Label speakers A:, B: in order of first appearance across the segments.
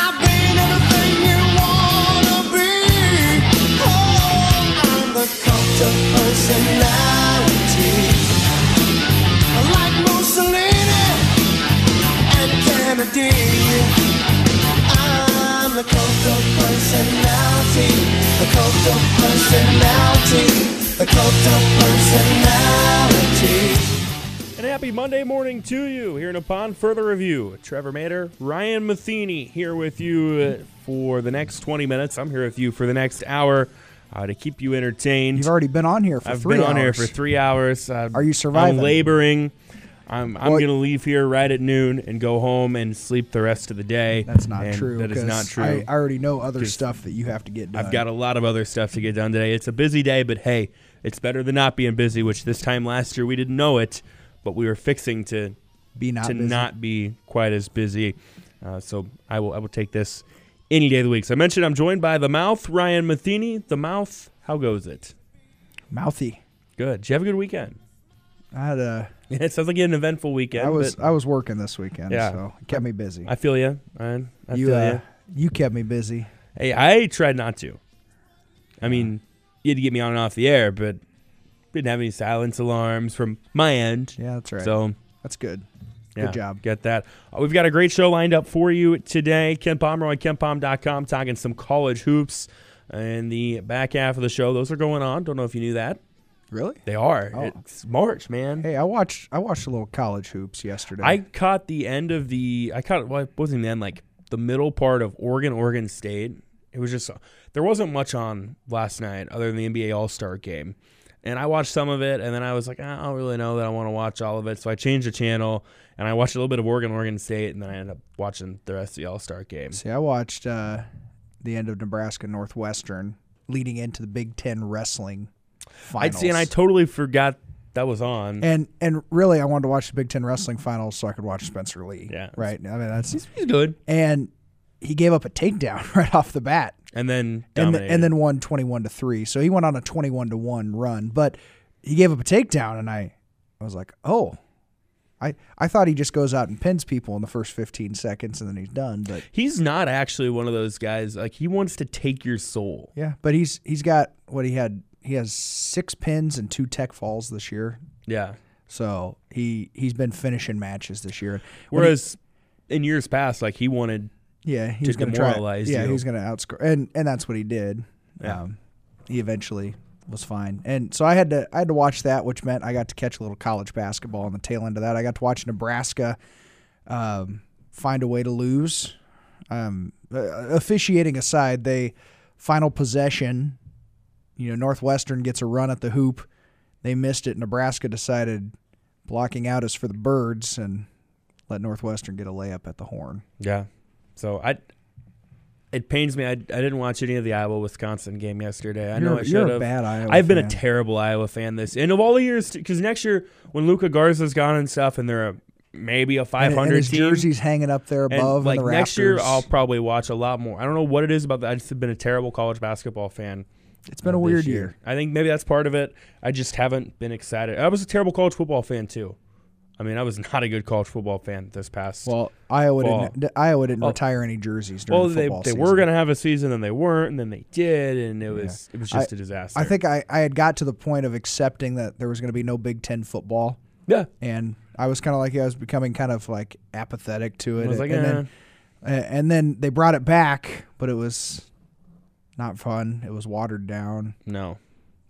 A: Oh, personality. I'm the cult of personality. The cult of personality. The cult of personality.
B: And happy Monday morning to you here in Upon Further Review. Trevor Mader, Ryan Matheny here with you uh, for the next 20 minutes. I'm here with you for the next hour uh, to keep you entertained.
C: You've already been on here for
B: I've
C: three
B: been on here
C: hours.
B: for three hours. Uh,
C: Are you surviving?
B: I'm laboring. I'm, I'm
C: Well-
B: going to leave here right at noon and go home and sleep the rest of the day.
C: That's not
B: And
C: true.
B: That is
C: 'cause
B: not true.
C: I, I already know other
B: 'Cause
C: stuff that you have to get done.
B: I've got a lot of other stuff to get done today. It's a busy day, but hey, it's better than not being busy, which this time last year we didn't know it, but we were fixing to
C: be not
B: to
C: busy.
B: not be quite as busy. Uh, so I will I will take this any day of the week. So I mentioned I'm joined by the mouth, Ryan Matheny. The mouth, how goes it?
C: mouthy.
B: Good. Did you have a good weekend?
C: I had a.
B: Yeah, it sounds like you had an eventful weekend.
C: I was
B: but
C: I was working this weekend,
B: Yeah.
C: so it kept me busy.
B: I feel you. I, I
C: you
B: feel
C: uh,
B: you.
C: you kept me busy.
B: Hey, I tried not to. I mean, you had to get me on and off the air, but didn't have any silence alarms from my end.
C: Yeah, that's right.
B: So
C: that's good.
B: yeah,
C: Good job.
B: Get that. Uh, we've got a great show lined up for you today. Ken Pomeroy, KenPom.com, talking some college hoops in the back half of the show. Those are going on. Don't know if you knew that.
C: Really?
B: They are.
C: Oh.
B: It's March, man.
C: Hey, I watched I watched a little college hoops yesterday.
B: I caught the end of the. I caught. Well, it wasn't the end. Like the middle part of Oregon, Oregon State. It was just there wasn't much on last night other than the NBA All Star game, and I watched some of it, and then I was like, "Ah, I don't really know that I want to watch all of it, so I changed the channel and I watched a little bit of Oregon, Oregon State, and then I ended up watching the rest of the All Star game.
C: see. I watched uh, the end of Nebraska Northwestern leading into the Big Ten wrestling
B: I
C: finals.
B: see, and I totally forgot that was on.
C: and and really, I wanted to watch the Big Ten wrestling finals so I could watch Spencer Lee.
B: Yeah.
C: Right. I mean, that's
B: He's, he's good,
C: and he gave up a takedown right off the bat
B: and then
C: and, th-
B: dominated.
C: and then won 21 to 3 so he went on a 21 to 1 run but he gave up a takedown and i i was like oh i i thought he just goes out and pins people in the first 15 seconds and then he's done but
B: he's not actually one of those guys. Like he wants to take your soul.
C: yeah but he's he's got what he had he has six pins and two tech falls this year
B: Yeah,
C: so he he's been finishing matches this year When he-
B: Whereas in years past, like he wanted,
C: Yeah, he
B: to
C: was going to try.
B: demoralize
C: Yeah,
B: you.
C: he was going to outscore, and and that's what he did.
B: Yeah.
C: Um, he eventually was fine, and so I had to I had to watch that, which meant I got to catch a little college basketball on the tail end of that. I got to watch Nebraska um, find a way to lose. Um, uh, officiating aside, they final possession. You know, Northwestern gets a run at the hoop. They missed it. Nebraska decided blocking out is for the birds and let Northwestern get a layup at the horn.
B: yeah. So I, it pains me. I, I didn't watch any of the Iowa Wisconsin game yesterday. I know
C: You're-
B: I
C: you're a
B: should have.
C: bad Iowa
B: I've been a
C: fan.
B: terrible Iowa fan this, and of all the years, because next year when Luca Garza's gone and stuff, and they're a, maybe a
C: And-
B: 500
C: and his
B: team,
C: jersey's hanging up there
B: and,
C: above
B: like
C: and the
B: next year,
C: rafters.
B: I'll probably watch a lot more. I don't know what it is about that. I just have been a terrible college basketball fan.
C: it's been a
B: Oh, this
C: weird year.
B: I think maybe that's part of it. I just haven't been excited. I was a terrible college football fan too. I mean, I was not a good college football fan this past.
C: Well, Iowa
B: Well,
C: didn't. Iowa didn't
B: well-
C: retire any jerseys during
B: well,
C: the
B: they,
C: football
B: they
C: season.
B: were going to have a season, and they weren't, and then they did, and it was it was just a disaster.
C: I think I, I had got to the point of accepting that there was going to be no Big Ten football,
B: yeah,
C: and I was kind of like I was becoming kind of like apathetic to it.
B: I was like,
C: and,
B: eh.
C: then, a- and then they brought it back, but it was not fun. It was watered down.
B: no,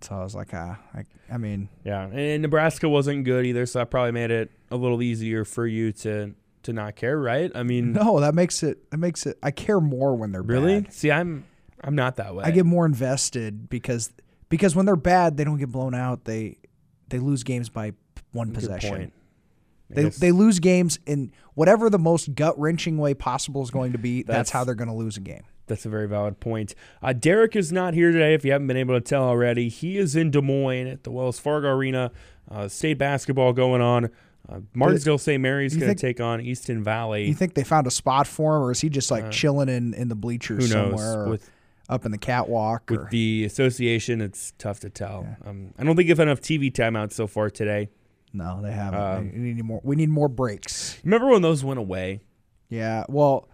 C: So I was like, ah, I, I mean,
B: yeah, and, and Nebraska wasn't good either, so that probably made it a little easier for you to to not care, right? I mean,
C: no, that makes it. That makes it. I care more when they're
B: really?
C: bad.
B: See, I'm I'm not that way.
C: I get more invested because because when they're bad, they don't get blown out. They they lose games by p- one
B: Good
C: possession.
B: point. I
C: They
B: guess
C: they lose games in whatever the most gut wrenching way possible is going to be. That's,
B: That's-
C: how they're going to lose a game.
B: That's a very valid point. Uh, Derek is not here today, if you haven't been able to tell already. He is in Des Moines at the Wells Fargo Arena. Uh, state basketball going on. Uh, Martinsville St. Mary's
C: you
B: going
C: think-
B: to take on Easton
C: You
B: Valley.
C: think they found a spot for him, or is he just like chilling in in the bleachers
B: Uh, Who knows?
C: somewhere, or
B: With-
C: up in the catwalk?
B: With
C: or,
B: the association, it's tough to tell. Um, I don't think they've had enough TV timeouts so far today.
C: no, they haven't.
B: um,
C: we need more. We need more breaks.
B: Remember when those went away?
C: Yeah. Well,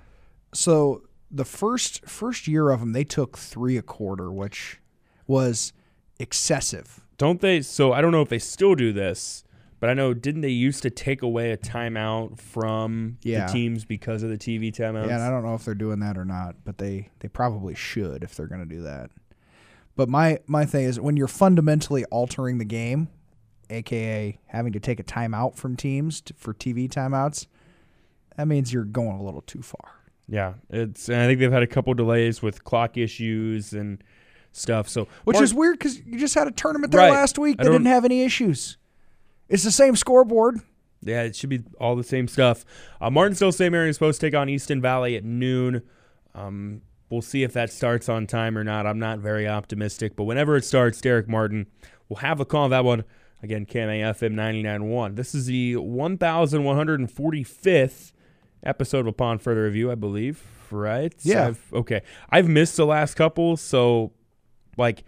C: so the first first year of them, they took three a quarter, which was excessive.
B: Don't they? So I don't know if they still do this, But I know, didn't they used to take away a timeout from
C: Yeah.
B: the teams because of the TV timeouts?
C: Yeah, and I don't know if they're doing that or not, but they they probably should if they're going to do that. But my my thing is when you're fundamentally altering the game, aka having to take a timeout from teams to, for TV timeouts, that means you're going a little too far.
B: Yeah, it's. And I think they've had a couple delays with clock issues and stuff. So,
C: Which
B: Mark-
C: is weird because you just had a tournament there
B: Right.
C: last week
B: I
C: that didn't
B: don't-
C: have any issues. It's the same scoreboard.
B: yeah, it should be all the same stuff. Uh, Martinsville St. Mary is supposed to take on Easton Valley at noon. Um, we'll see if that starts on time or not. I'm not very optimistic, but whenever it starts, Derek Martin will have a call on that one. Again, KMAFM 99.1. This is the 1,145th episode of Upon Further Review, I believe. Right?
C: Yeah.
B: I've, okay. I've missed the last couple, so like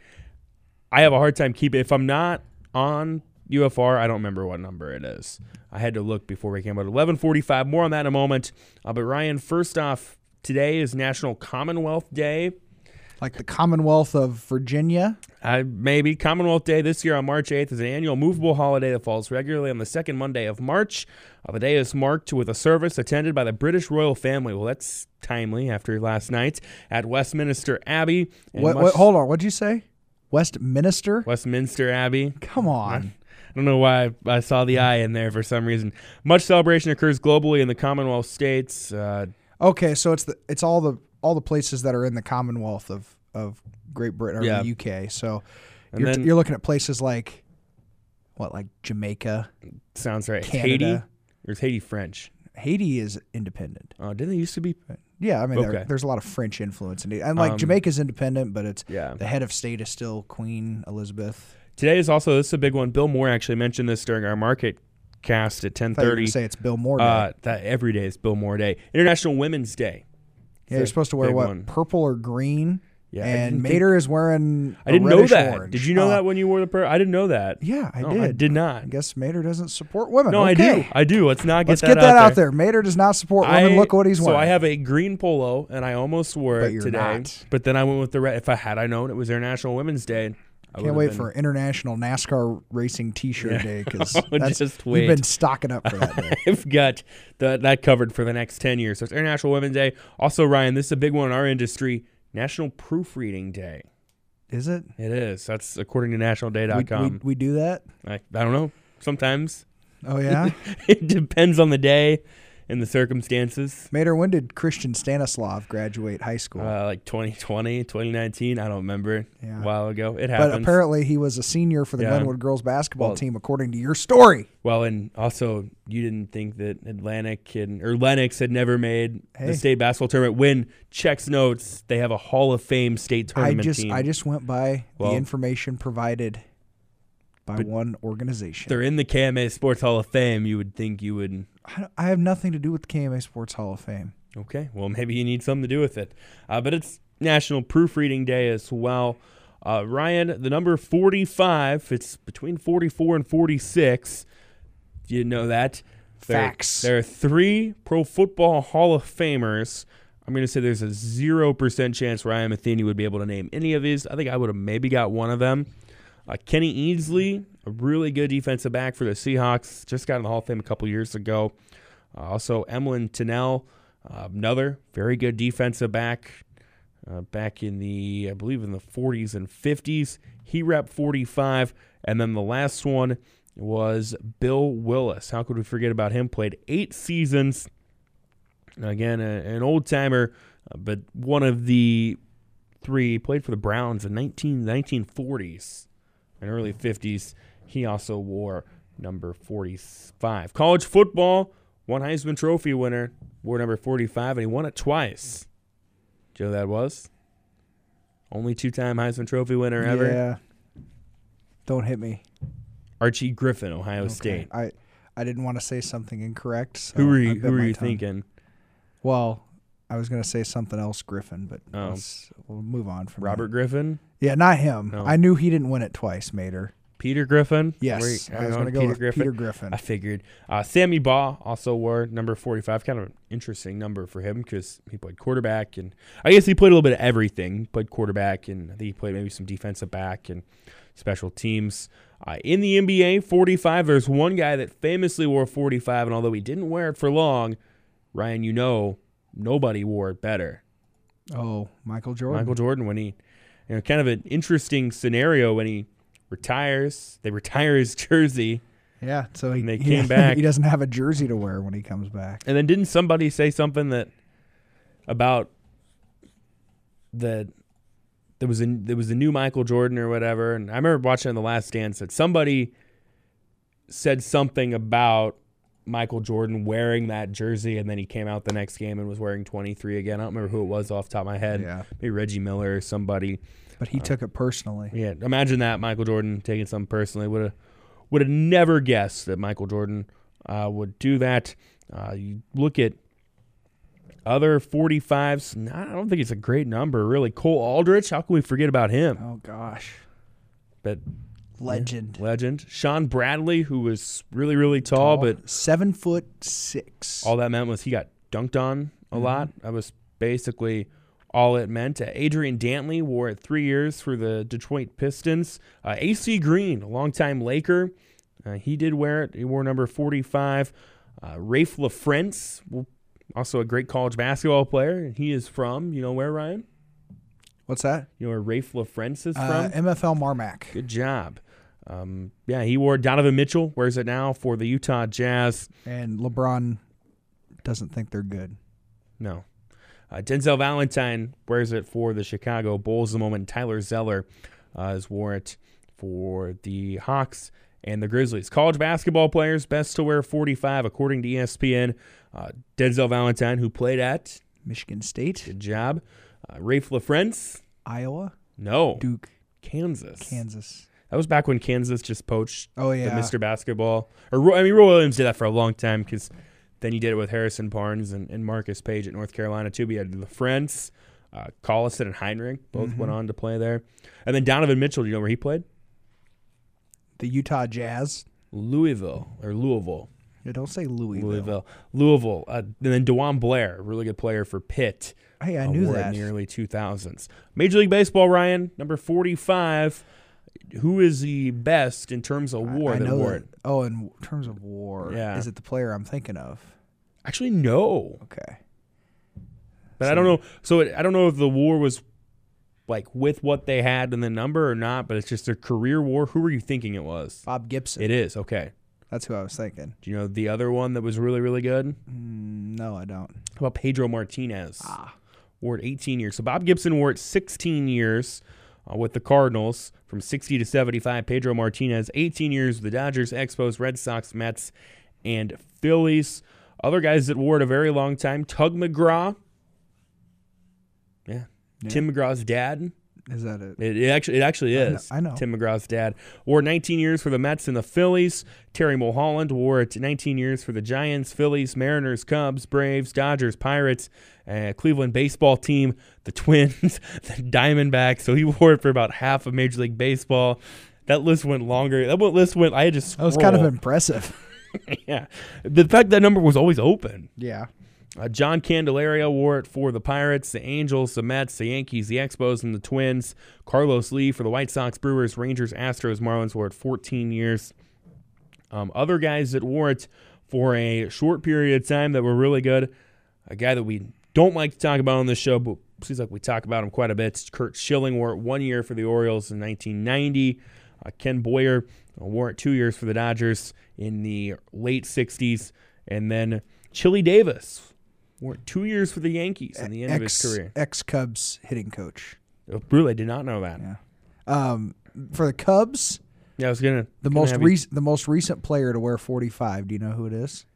B: I have a hard time keeping. If I'm not on UFR, I don't remember what number it is. I had to look before we came out. Eleven forty-five. More on that in a moment. Uh, but Ryan, first off, today is National Commonwealth Day.
C: Like the Commonwealth of Virginia.
B: Uh, maybe Commonwealth Day this year on March 8th is an annual movable holiday that falls regularly on the second Monday of March. Uh, the day is marked with a service attended by the British royal family. Well, that's timely after last night at Westminster Abbey. and
C: What,
B: much-
C: what, hold on, what'd you say? Westminster?
B: Westminster Abbey.
C: Come on.
B: I don't know why I saw the I in there for some reason. Much celebration occurs globally in the Commonwealth states. Uh,
C: Okay, so it's the it's all the all the places that are in the Commonwealth of of Great Britain or
B: Yeah.
C: the UK. So
B: And
C: you're,
B: then-
C: you're looking at places like what, like Jamaica,
B: sounds right. Haiti
C: Canada.
B: or is Haiti French?
C: Haiti is independent.
B: Uh, didn't they used to be?
C: Yeah, I mean there,
B: Okay.
C: there's a lot of French influence in it, and like
B: Um,
C: Jamaica's independent, but it's
B: Yeah.
C: the head of state is still Queen Elizabeth.
B: Today is also this is a big one. Bill Moore actually mentioned this during our market cast at ten
C: I thought you were
B: thirty.
C: gonna say it's Bill Moore. Day.
B: Uh, that every day is Bill Moore Day, International Women's Day.
C: yeah, you're
B: a
C: supposed to wear
B: big
C: what
B: one.
C: purple or green.
B: Yeah, I
C: and
B: didn't think-
C: Mater is wearing.
B: I
C: a
B: didn't know
C: reddish
B: that.
C: orange.
B: Did you know
C: Huh.
B: that when you wore the purple? I didn't know that.
C: Yeah, I
B: No,
C: did.
B: I did not.
C: I guess Mater doesn't support women.
B: No, I do.
C: Okay.
B: I do. Let's not get
C: Let's
B: that
C: get that,
B: out
C: out there. Mater does not support women.
B: I-
C: Look what he's
B: so
C: wearing.
B: I have a green polo, and I almost wore
C: But
B: it
C: you're
B: today.
C: not.
B: But then I went with the red. If I had I known it was International Women's Day, I
C: Can't
B: would've
C: wait
B: been-
C: for International NASCAR Racing T-shirt Day because
B: Oh,
C: that's
B: just
C: we've been
B: wait.
C: stocking up for that. Day.
B: I've got the, that covered for the next ten years. So it's International Women's Day. Also, Ryan, this is a big one in our industry. National Proofreading Day.
C: Is it?
B: It is. That's according to
C: We,
B: nationalday.com.
C: we, we do that?
B: I, I don't know. Sometimes
C: Oh yeah,
B: it depends on the day and the circumstances.
C: Mater. When did Christian Stanislav graduate high school?
B: Uh, like 2020, 2019, I don't remember.
C: Yeah.
B: A while ago. It
C: but
B: happens.
C: apparently he was a senior for the
B: Yeah.
C: Glenwood girls basketball
B: Well-
C: team, according to your story.
B: Well, and also you didn't think that Atlantic and or Lennox had never made
C: Hey.
B: the state basketball tournament. When checks notes, they have a Hall of Fame state
C: I
B: tournament
C: just
B: team.
C: I just went by
B: Well-
C: the information provided by one
B: if
C: organization.
B: they're in the KMA Sports Hall of Fame, you would think you would.
C: I, I have nothing to do with the KMA Sports Hall of Fame.
B: Okay, well maybe you need something to do with it. Uh, but it's National Proofreading Day as well. Uh, Ryan, the number forty-five. It's between forty-four and forty-six. If you know that. There-
C: Facts.
B: There are three Pro Football Hall of Famers. I'm going to say there's a 0% chance Ryan Matheny would be able to name any of these. I think I would have maybe got one of them. Uh, Kenny Easley, a really good defensive back for the Seahawks, just got in the Hall of Fame a couple years ago. Uh, also, Emlyn Tinnell, uh, another very good defensive back uh, back in the, I believe, in the 40s and 50s. He rep 45. And then the last one was Bill Willis. How could we forget about him? Played eight seasons. Again, a, an old timer, uh, but one of the three played for the Browns in 19, 1940s and early 50s. He also wore number 45. College football, one Heisman Trophy winner, wore number 45, and he won it twice. Do you know who that was? Only two time Heisman Trophy winner ever.
C: Yeah. Don't hit me.
B: Archie Griffin, Ohio
C: Okay.
B: State.
C: I I didn't want to say something incorrect. So
B: Who were
C: I
B: you,
C: bit
B: who were
C: my
B: you
C: tongue.
B: thinking?
C: Well, I was going to say something else, Griffin, but
B: Oh.
C: let's, we'll move on from
B: Robert Oh.
C: that.
B: Griffin?
C: Yeah, not him.
B: No.
C: I knew he didn't win it twice, Mater.
B: Peter Griffin?
C: Yes,
B: Were you-
C: I was
B: uh,
C: going to go
B: Peter
C: with
B: Griffin.
C: Peter Griffin.
B: I figured. Uh, Sammy Baugh also wore number 45. Kind of an interesting number for him because he played quarterback. And I guess he played a little bit of everything. Played quarterback, and I think he played maybe some defensive back and special teams. Uh, in the NBA, 45, there's one guy that famously wore 45, and although he didn't wear it for long, Ryan, you know, nobody wore it better.
C: Oh, Michael Jordan.
B: Michael Jordan when he, you know, kind of an interesting scenario when he retires. They retire his jersey,
C: Yeah, so he,
B: And they
C: he-
B: came back.
C: He doesn't have a jersey to wear when he comes back.
B: and then didn't somebody say something that about that there was a there was a new Michael Jordan or whatever? And I remember watching The Last Dance that somebody said something about. Michael Jordan wearing that jersey, and then he came out the next game and was wearing 23 again. I don't remember who it was off the top of my head.
C: Yeah.
B: Maybe Reggie Miller or somebody.
C: But he took it personally.
B: Uh, Yeah, imagine that Michael Jordan taking something personally would have would have never guessed that Michael Jordan uh, would do that. Uh, you look at other 45s. Not, I don't think it's a great number, really. Cole Aldrich, how can we forget about him?
C: Oh gosh,
B: But
C: legend.
B: legend. Sean Bradley, who was really really tall, but
C: seven foot six.
B: all that meant was he got dunked on a lot. That was basically all it meant. Uh, Adrian Dantley wore it three years for the Detroit Pistons. Uh, AC Green, a longtime Laker, uh, he did wear it. He wore number 45. Uh, Rafe LaFrance, w- also a great college basketball player. He is from, you know where, Ryan?
C: What's that?
B: You know where Rafe LaFrance is
C: Uh,
B: from?
C: MFL Marmac.
B: Good job. Um, yeah, he wore Donovan Mitchell, wears it now for the Utah Jazz.
C: And LeBron doesn't think they're good.
B: No. Uh, Denzel Valentine wears it for the Chicago Bulls at the moment. Tyler Zeller uh, has wore it for the Hawks and the Grizzlies. College basketball players best to wear 45, according to E ESPN. Uh, Denzel Valentine, who played at,
C: Michigan State,
B: good job. Uh, Rafe LaFrance,
C: Iowa,
B: no.
C: Duke,
B: Kansas.
C: Kansas.
B: That was back when Kansas just poached
C: Oh yeah,
B: the Mr. Basketball. Or Roy- I mean, Roy Williams did that for a long time because then he did it with Harrison Barnes and, and Marcus Page at North Carolina too. But you had the Friends, uh, Collison and Heinrich both
C: Mm-hmm.
B: went on to play there, and then Donovan Mitchell. You know where he played?
C: The Utah Jazz.
B: Louisville or Louisville,
C: Yeah, don't say Louisville.
B: Louisville, Louisville. Uh, and then Dewan Blair, a really good player for Pitt.
C: Hey, I
B: uh,
C: knew
B: wore it
C: that.
B: in the early 2000s. Major League Baseball, Ryan, number 45. Who is the best in terms of war
C: I
B: that
C: know
B: wore
C: that.
B: it?
C: Oh, in terms of war,
B: Yeah.
C: is it the player I'm thinking of?
B: Actually, no.
C: Okay.
B: But I don't know. So it, I don't know if the war was like with what they had in the number or not. But it's just their career war. Who were you thinking it was?
C: Bob Gibson.
B: It is okay.
C: That's who I was thinking.
B: Do you know the other one that was really really good?
C: Mm, no, I don't.
B: How about Pedro Martinez? Wore it 18 years. So Bob Gibson wore it 16 years uh, with the Cardinals from 60 to 75. Pedro Martinez 18 years with the Dodgers, Expos, Red Sox, Mets, and Phillies. Other guys that wore it a very long time: Tug McGraw. Yeah. Tim McGraw's dad.
C: Is that it?
B: It, it actually it actually
C: know-
B: is.
C: I know.
B: Tim McGraw's dad wore 19 years for the Mets and the Phillies. Terry Mulholland wore it 19 years for the Giants, Phillies, Mariners, Cubs, Braves, Dodgers, Pirates, uh, Cleveland baseball team, the Twins, the Diamondbacks. So he wore it for about half of Major League Baseball. That list went longer. That list went. I had to
C: That
B: scroll.
C: was kind of impressive.
B: yeah. The fact that number was always open.
C: yeah.
B: Uh, John Candelaria wore it for the Pirates, the Angels, the Mets, the Yankees, the Expos, and the Twins. Carlos Lee for the White Sox, Brewers, Rangers, Astros, Marlins wore it 14 years. Um, other guys that wore it for a short period of time that were really good, a guy that we don't like to talk about on this show, but seems like we talk about him quite a bit. Kurt Schilling wore it one year for the Orioles in 1990. Uh, Ken Boyer uh, wore it two years for the Dodgers in the late 60s. And then Chili Davis wore it two years for the Yankees in the end
C: Ex
B: of his career.
C: ex Cubs hitting coach.
B: Oh, Really did not know that. Yeah,
C: Yeah. Um, for the Cubs,
B: I was going to.
C: the most recent the most recent player to wear 45. Do you know who it is?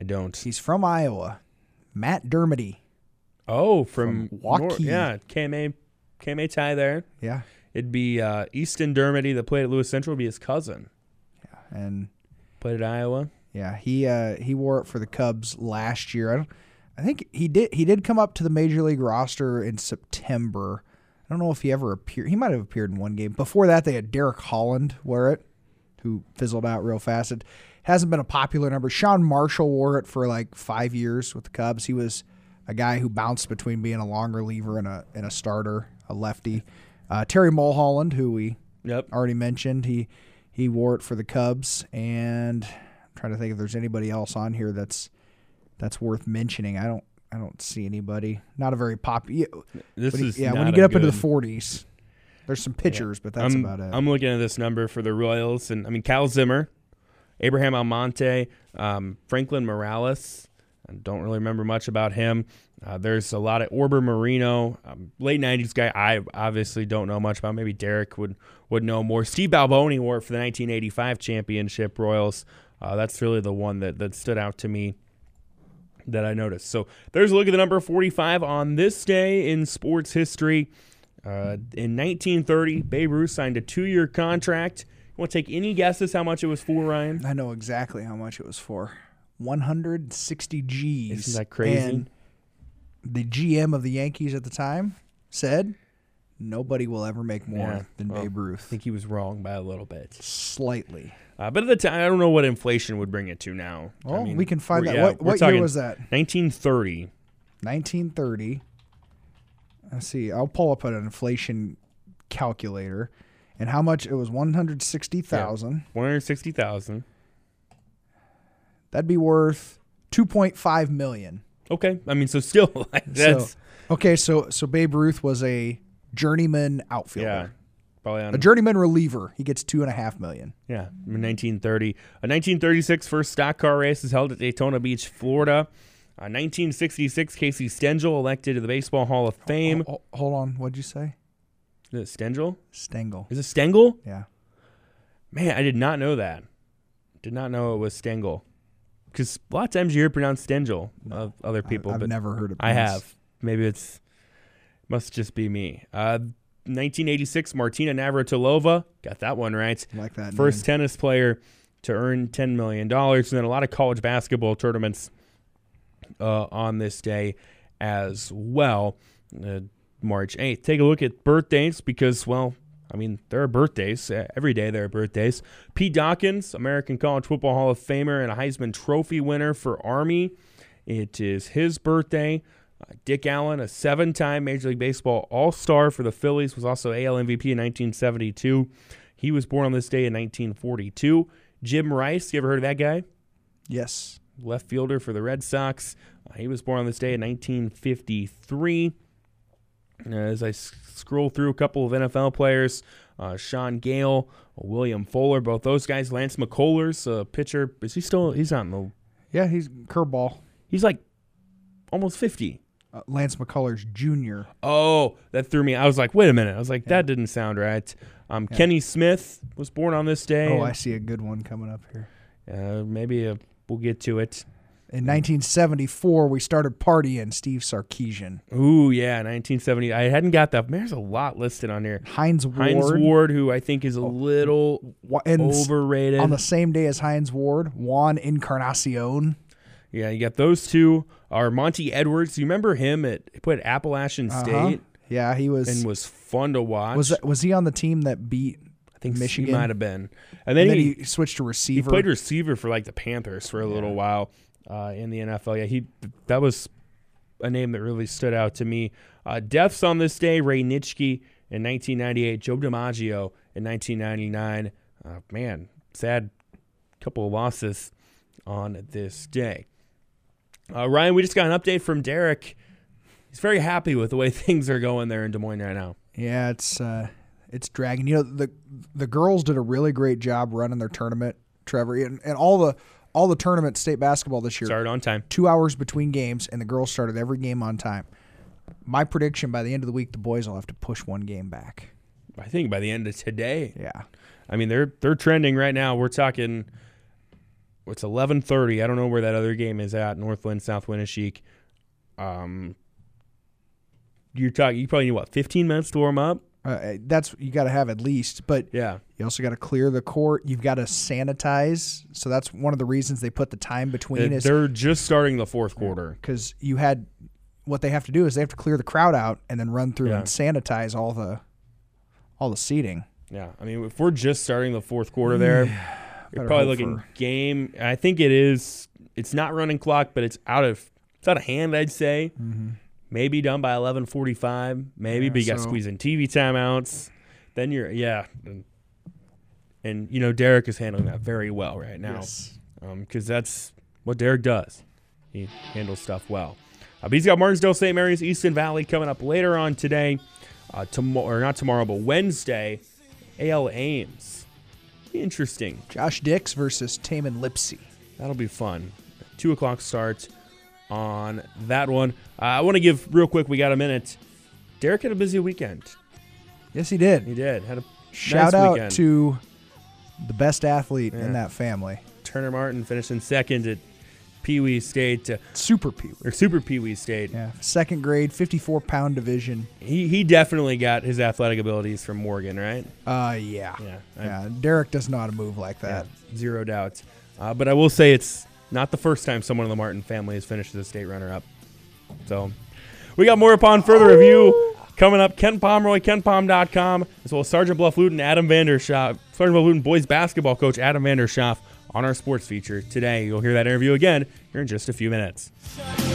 B: I don't.
C: He's from Iowa. Matt Dermody.
B: Oh, from,
C: From
B: Nor-
C: Waukee.
B: yeah, KMA, KMA tie there.
C: Yeah.
B: It'd be uh, Easton Dermody that played at Lewis Central. Would be his cousin.
C: And
B: Played at Iowa.
C: yeah, he uh, he wore it for the Cubs last year. I, don't, I think he did he did come up to the major league roster in September. I don't know if he ever appeared. He might have appeared in one game. Before that, they had Derek Holland wear it, who fizzled out real fast. It hasn't been a popular number. Sean Marshall wore it for like five years with the Cubs. He was a guy who bounced between being a long reliever and a and a starter, a lefty. Uh, Terry Mulholland, who we
B: Yep.
C: already mentioned. He he wore it for the Cubs, and I'm trying to think if there's anybody else on here that's that's worth mentioning. I don't I don't see anybody. Not a very popular.
B: This
C: When you-
B: is
C: yeah, when
B: not
C: you
B: a
C: get up into the
B: good-
C: 40s, there's some pitchers, but that's
B: I'm,
C: about it.
B: I'm looking at this number for the Royals, and I mean Cal Zimmer, Abraham Almonte, um, Franklin Morales. I don't really remember much about him. Uh, there's a lot of Orber Marino, um, late '90s guy. I obviously don't know much about. Maybe Derek would would know more. Steve Balboni wore it for the 1985 championship Royals. Uh, that's really the one that that stood out to me that I noticed. So there's a look at the number 45 on this day in sports history. Uh, in 1930, Babe Ruth signed a two-year contract. You want to take any guesses how much it was for Ryan?
C: I know exactly how much it was for. 160 G's.
B: Isn't that crazy?
C: And the GM of the Yankees at the time said, "Nobody will ever make more
B: Yeah,
C: than
B: well,
C: Babe
B: I
C: Ruth."
B: think he was wrong by a little bit.
C: Slightly.
B: Uh, but at the time, I don't know what inflation would bring it to now. I
C: Well,
B: mean,
C: we can find
B: we're-
C: that.
B: yeah,
C: what
B: we're
C: what year
B: talking
C: was that?
B: 1930.
C: 1930. Let's see. I'll pull up an inflation calculator, and how much it was 160,000.
B: 160,000.
C: That'd be worth 2.5 million.
B: Okay. I mean, so still, like, that's,
C: so, okay, so so Babe Ruth was a journeyman outfielder,
B: yeah. Probably on
C: a journeyman reliever. He gets two and a half million.
B: Yeah, I mean, 1930. A 1936 first stock car race is held at Daytona Beach, Florida. A 1966 Casey Stengel elected to the Baseball Hall of Fame.
C: Ho- ho- hold on, what'd you say? oh.
B: Is it Stengel?
C: Stengel.
B: Is it Stengel?
C: Yeah,
B: Man, I did not know that. Did not know it was Stengel. Because a lot of times you hear it pronounced Stengel of other people.
C: I, have
B: but
C: never heard of.
B: I have. Maybe it's must just be me. Uh, 1986 Martina Navratilova got that one right.
C: like that.
B: first
C: name.
B: tennis player to earn $10 million. And then a lot of college basketball tournaments uh, on this day as well, uh, March 8th. Take a look at birthdays because, well, I mean, there are birthdays. Uh, Every day there are birthdays. Pete Dawkins, American College Football Hall of Famer and a Heisman Trophy winner for Army. It is his birthday. Uh, Dick Allen, a seven time Major League Baseball All Star for the Phillies, was also AL MVP in 1972. He was born on this day in 1942. Jim Rice, you ever heard of that guy?
C: Yes.
B: Left fielder for the Red Sox. Uh, he was born on this day in 1953. And As I s- scroll through a couple of NFL players, uh, Sean Gale, William Fuller, both those guys. Lance McCullers, a pitcher. Is he still? He's not in the.
C: Yeah, he's curveball.
B: He's like almost 50.
C: Uh, Lance McCullers Jr.
B: Oh, that threw me. I was like, wait a minute. I was like, that didn't sound right. Um, Kenny Smith was born on this day.
C: Oh, I see a good one coming up here.
B: Uh, maybe uh, we'll get to it.
C: In 1974, we started partying. Steve Sarkeesian,
B: Ooh, yeah, 1970. I hadn't got that. Man, There's a lot listed on here.
C: Heinz Ward,
B: Heinz Ward, who I think is a little
C: Wa- and s-
B: overrated.
C: on the same day as Heinz Ward, Juan Encarnacion.
B: yeah, you got those two. Are Monty Edwards? You remember him? At he played Appalachian
C: Huh?
B: State
C: Yeah, he was.
B: and was fun to watch.
C: Uh-huh. was that, was he on the team that beat?
B: I think
C: Michigan?
B: He might have been. And then,
C: And then
B: he,
C: he, switched to
B: he
C: receiver.
B: played receiver for like the Panthers for a little while uh, in the NFL. Yeah, he that was a name that really stood out to me. Uh, deaths on this day: Ray Nitschke in 1998, Joe DiMaggio in 1999. Uh, man, sad couple of losses on this day. Uh, Ryan, we just got an update from Derek. He's very happy with the way things are going there in Des Moines right now.
C: yeah, it's uh, it's dragging. You know the the girls did a really great job running their tournament, Trevor, and, and all the all the tournament state basketball this year.
B: Started on time.
C: Two hours between games, and the girls started every game on time. My prediction: by the end of the week, the boys will have to push one game back.
B: I think by the end of today.
C: Yeah,
B: I mean, they're they're trending right now. We're talking. It's eleven thirty. I don't know where that other game is at. Northland, South Winneshiek. Um, you're talking. You probably need what fifteen minutes to warm up.
C: uh, that's you got to have at least. But
B: Yeah,
C: you also got to clear the court. You've got to sanitize. So that's one of the reasons they put the time between. is
B: Uh, they're just starting the fourth quarter.
C: because you had what they have to do is they have to clear the crowd out and then run through
B: Yeah.
C: and sanitize all the all the seating.
B: Yeah, I mean, if we're just starting the fourth quarter there, you're
C: Better
B: probably
C: hope
B: looking game. I think it is. It's not running clock, but it's out of it's out of hand. I'd say maybe done by eleven forty five. Maybe, but you got
C: so-
B: squeezing TV timeouts. Then you're yeah, and, and you know Derek is handling that very well right now. because that's what Derek does. He handles stuff well. Uh, but he's got Martinsdale, St. Mary's, Easton Valley coming up later on today, uh, tomorrow or not tomorrow, but Wednesday. AL Ames, interesting.
C: Josh Dix versus Taman Lipsy.
B: That'll be fun. Two o'clock starts on that one. Uh, I want to give real quick. We got a minute. Derek had a busy weekend.
C: Yes, he did.
B: He did. Had a nice
C: Shout out
B: weekend.
C: to the best athlete
B: Yeah.
C: in that family,
B: Turner Martin finishing second at Pee Wee State uh,
C: Super Pee Wee.
B: or Super Pee Wee State.
C: Yeah, second grade, 54 pound division.
B: He he definitely got his athletic abilities from Morgan, right?
C: Uh, yeah,
B: Yeah, I-
C: yeah. Derek does not move like that.
B: Yeah, zero doubts. Uh, but I will say it's not the first time someone in the Martin family has finished as a state runner-up. So we got more upon further review coming up. Ken Pomeroy, KenPom.com, as well as Sergeant Bluff Luton, Adam Vandershoff, Sergeant Bluff Luton boys basketball coach Adam Vandershoff on our sports feature today. You'll hear that interview again here in just a few minutes.
A: Shut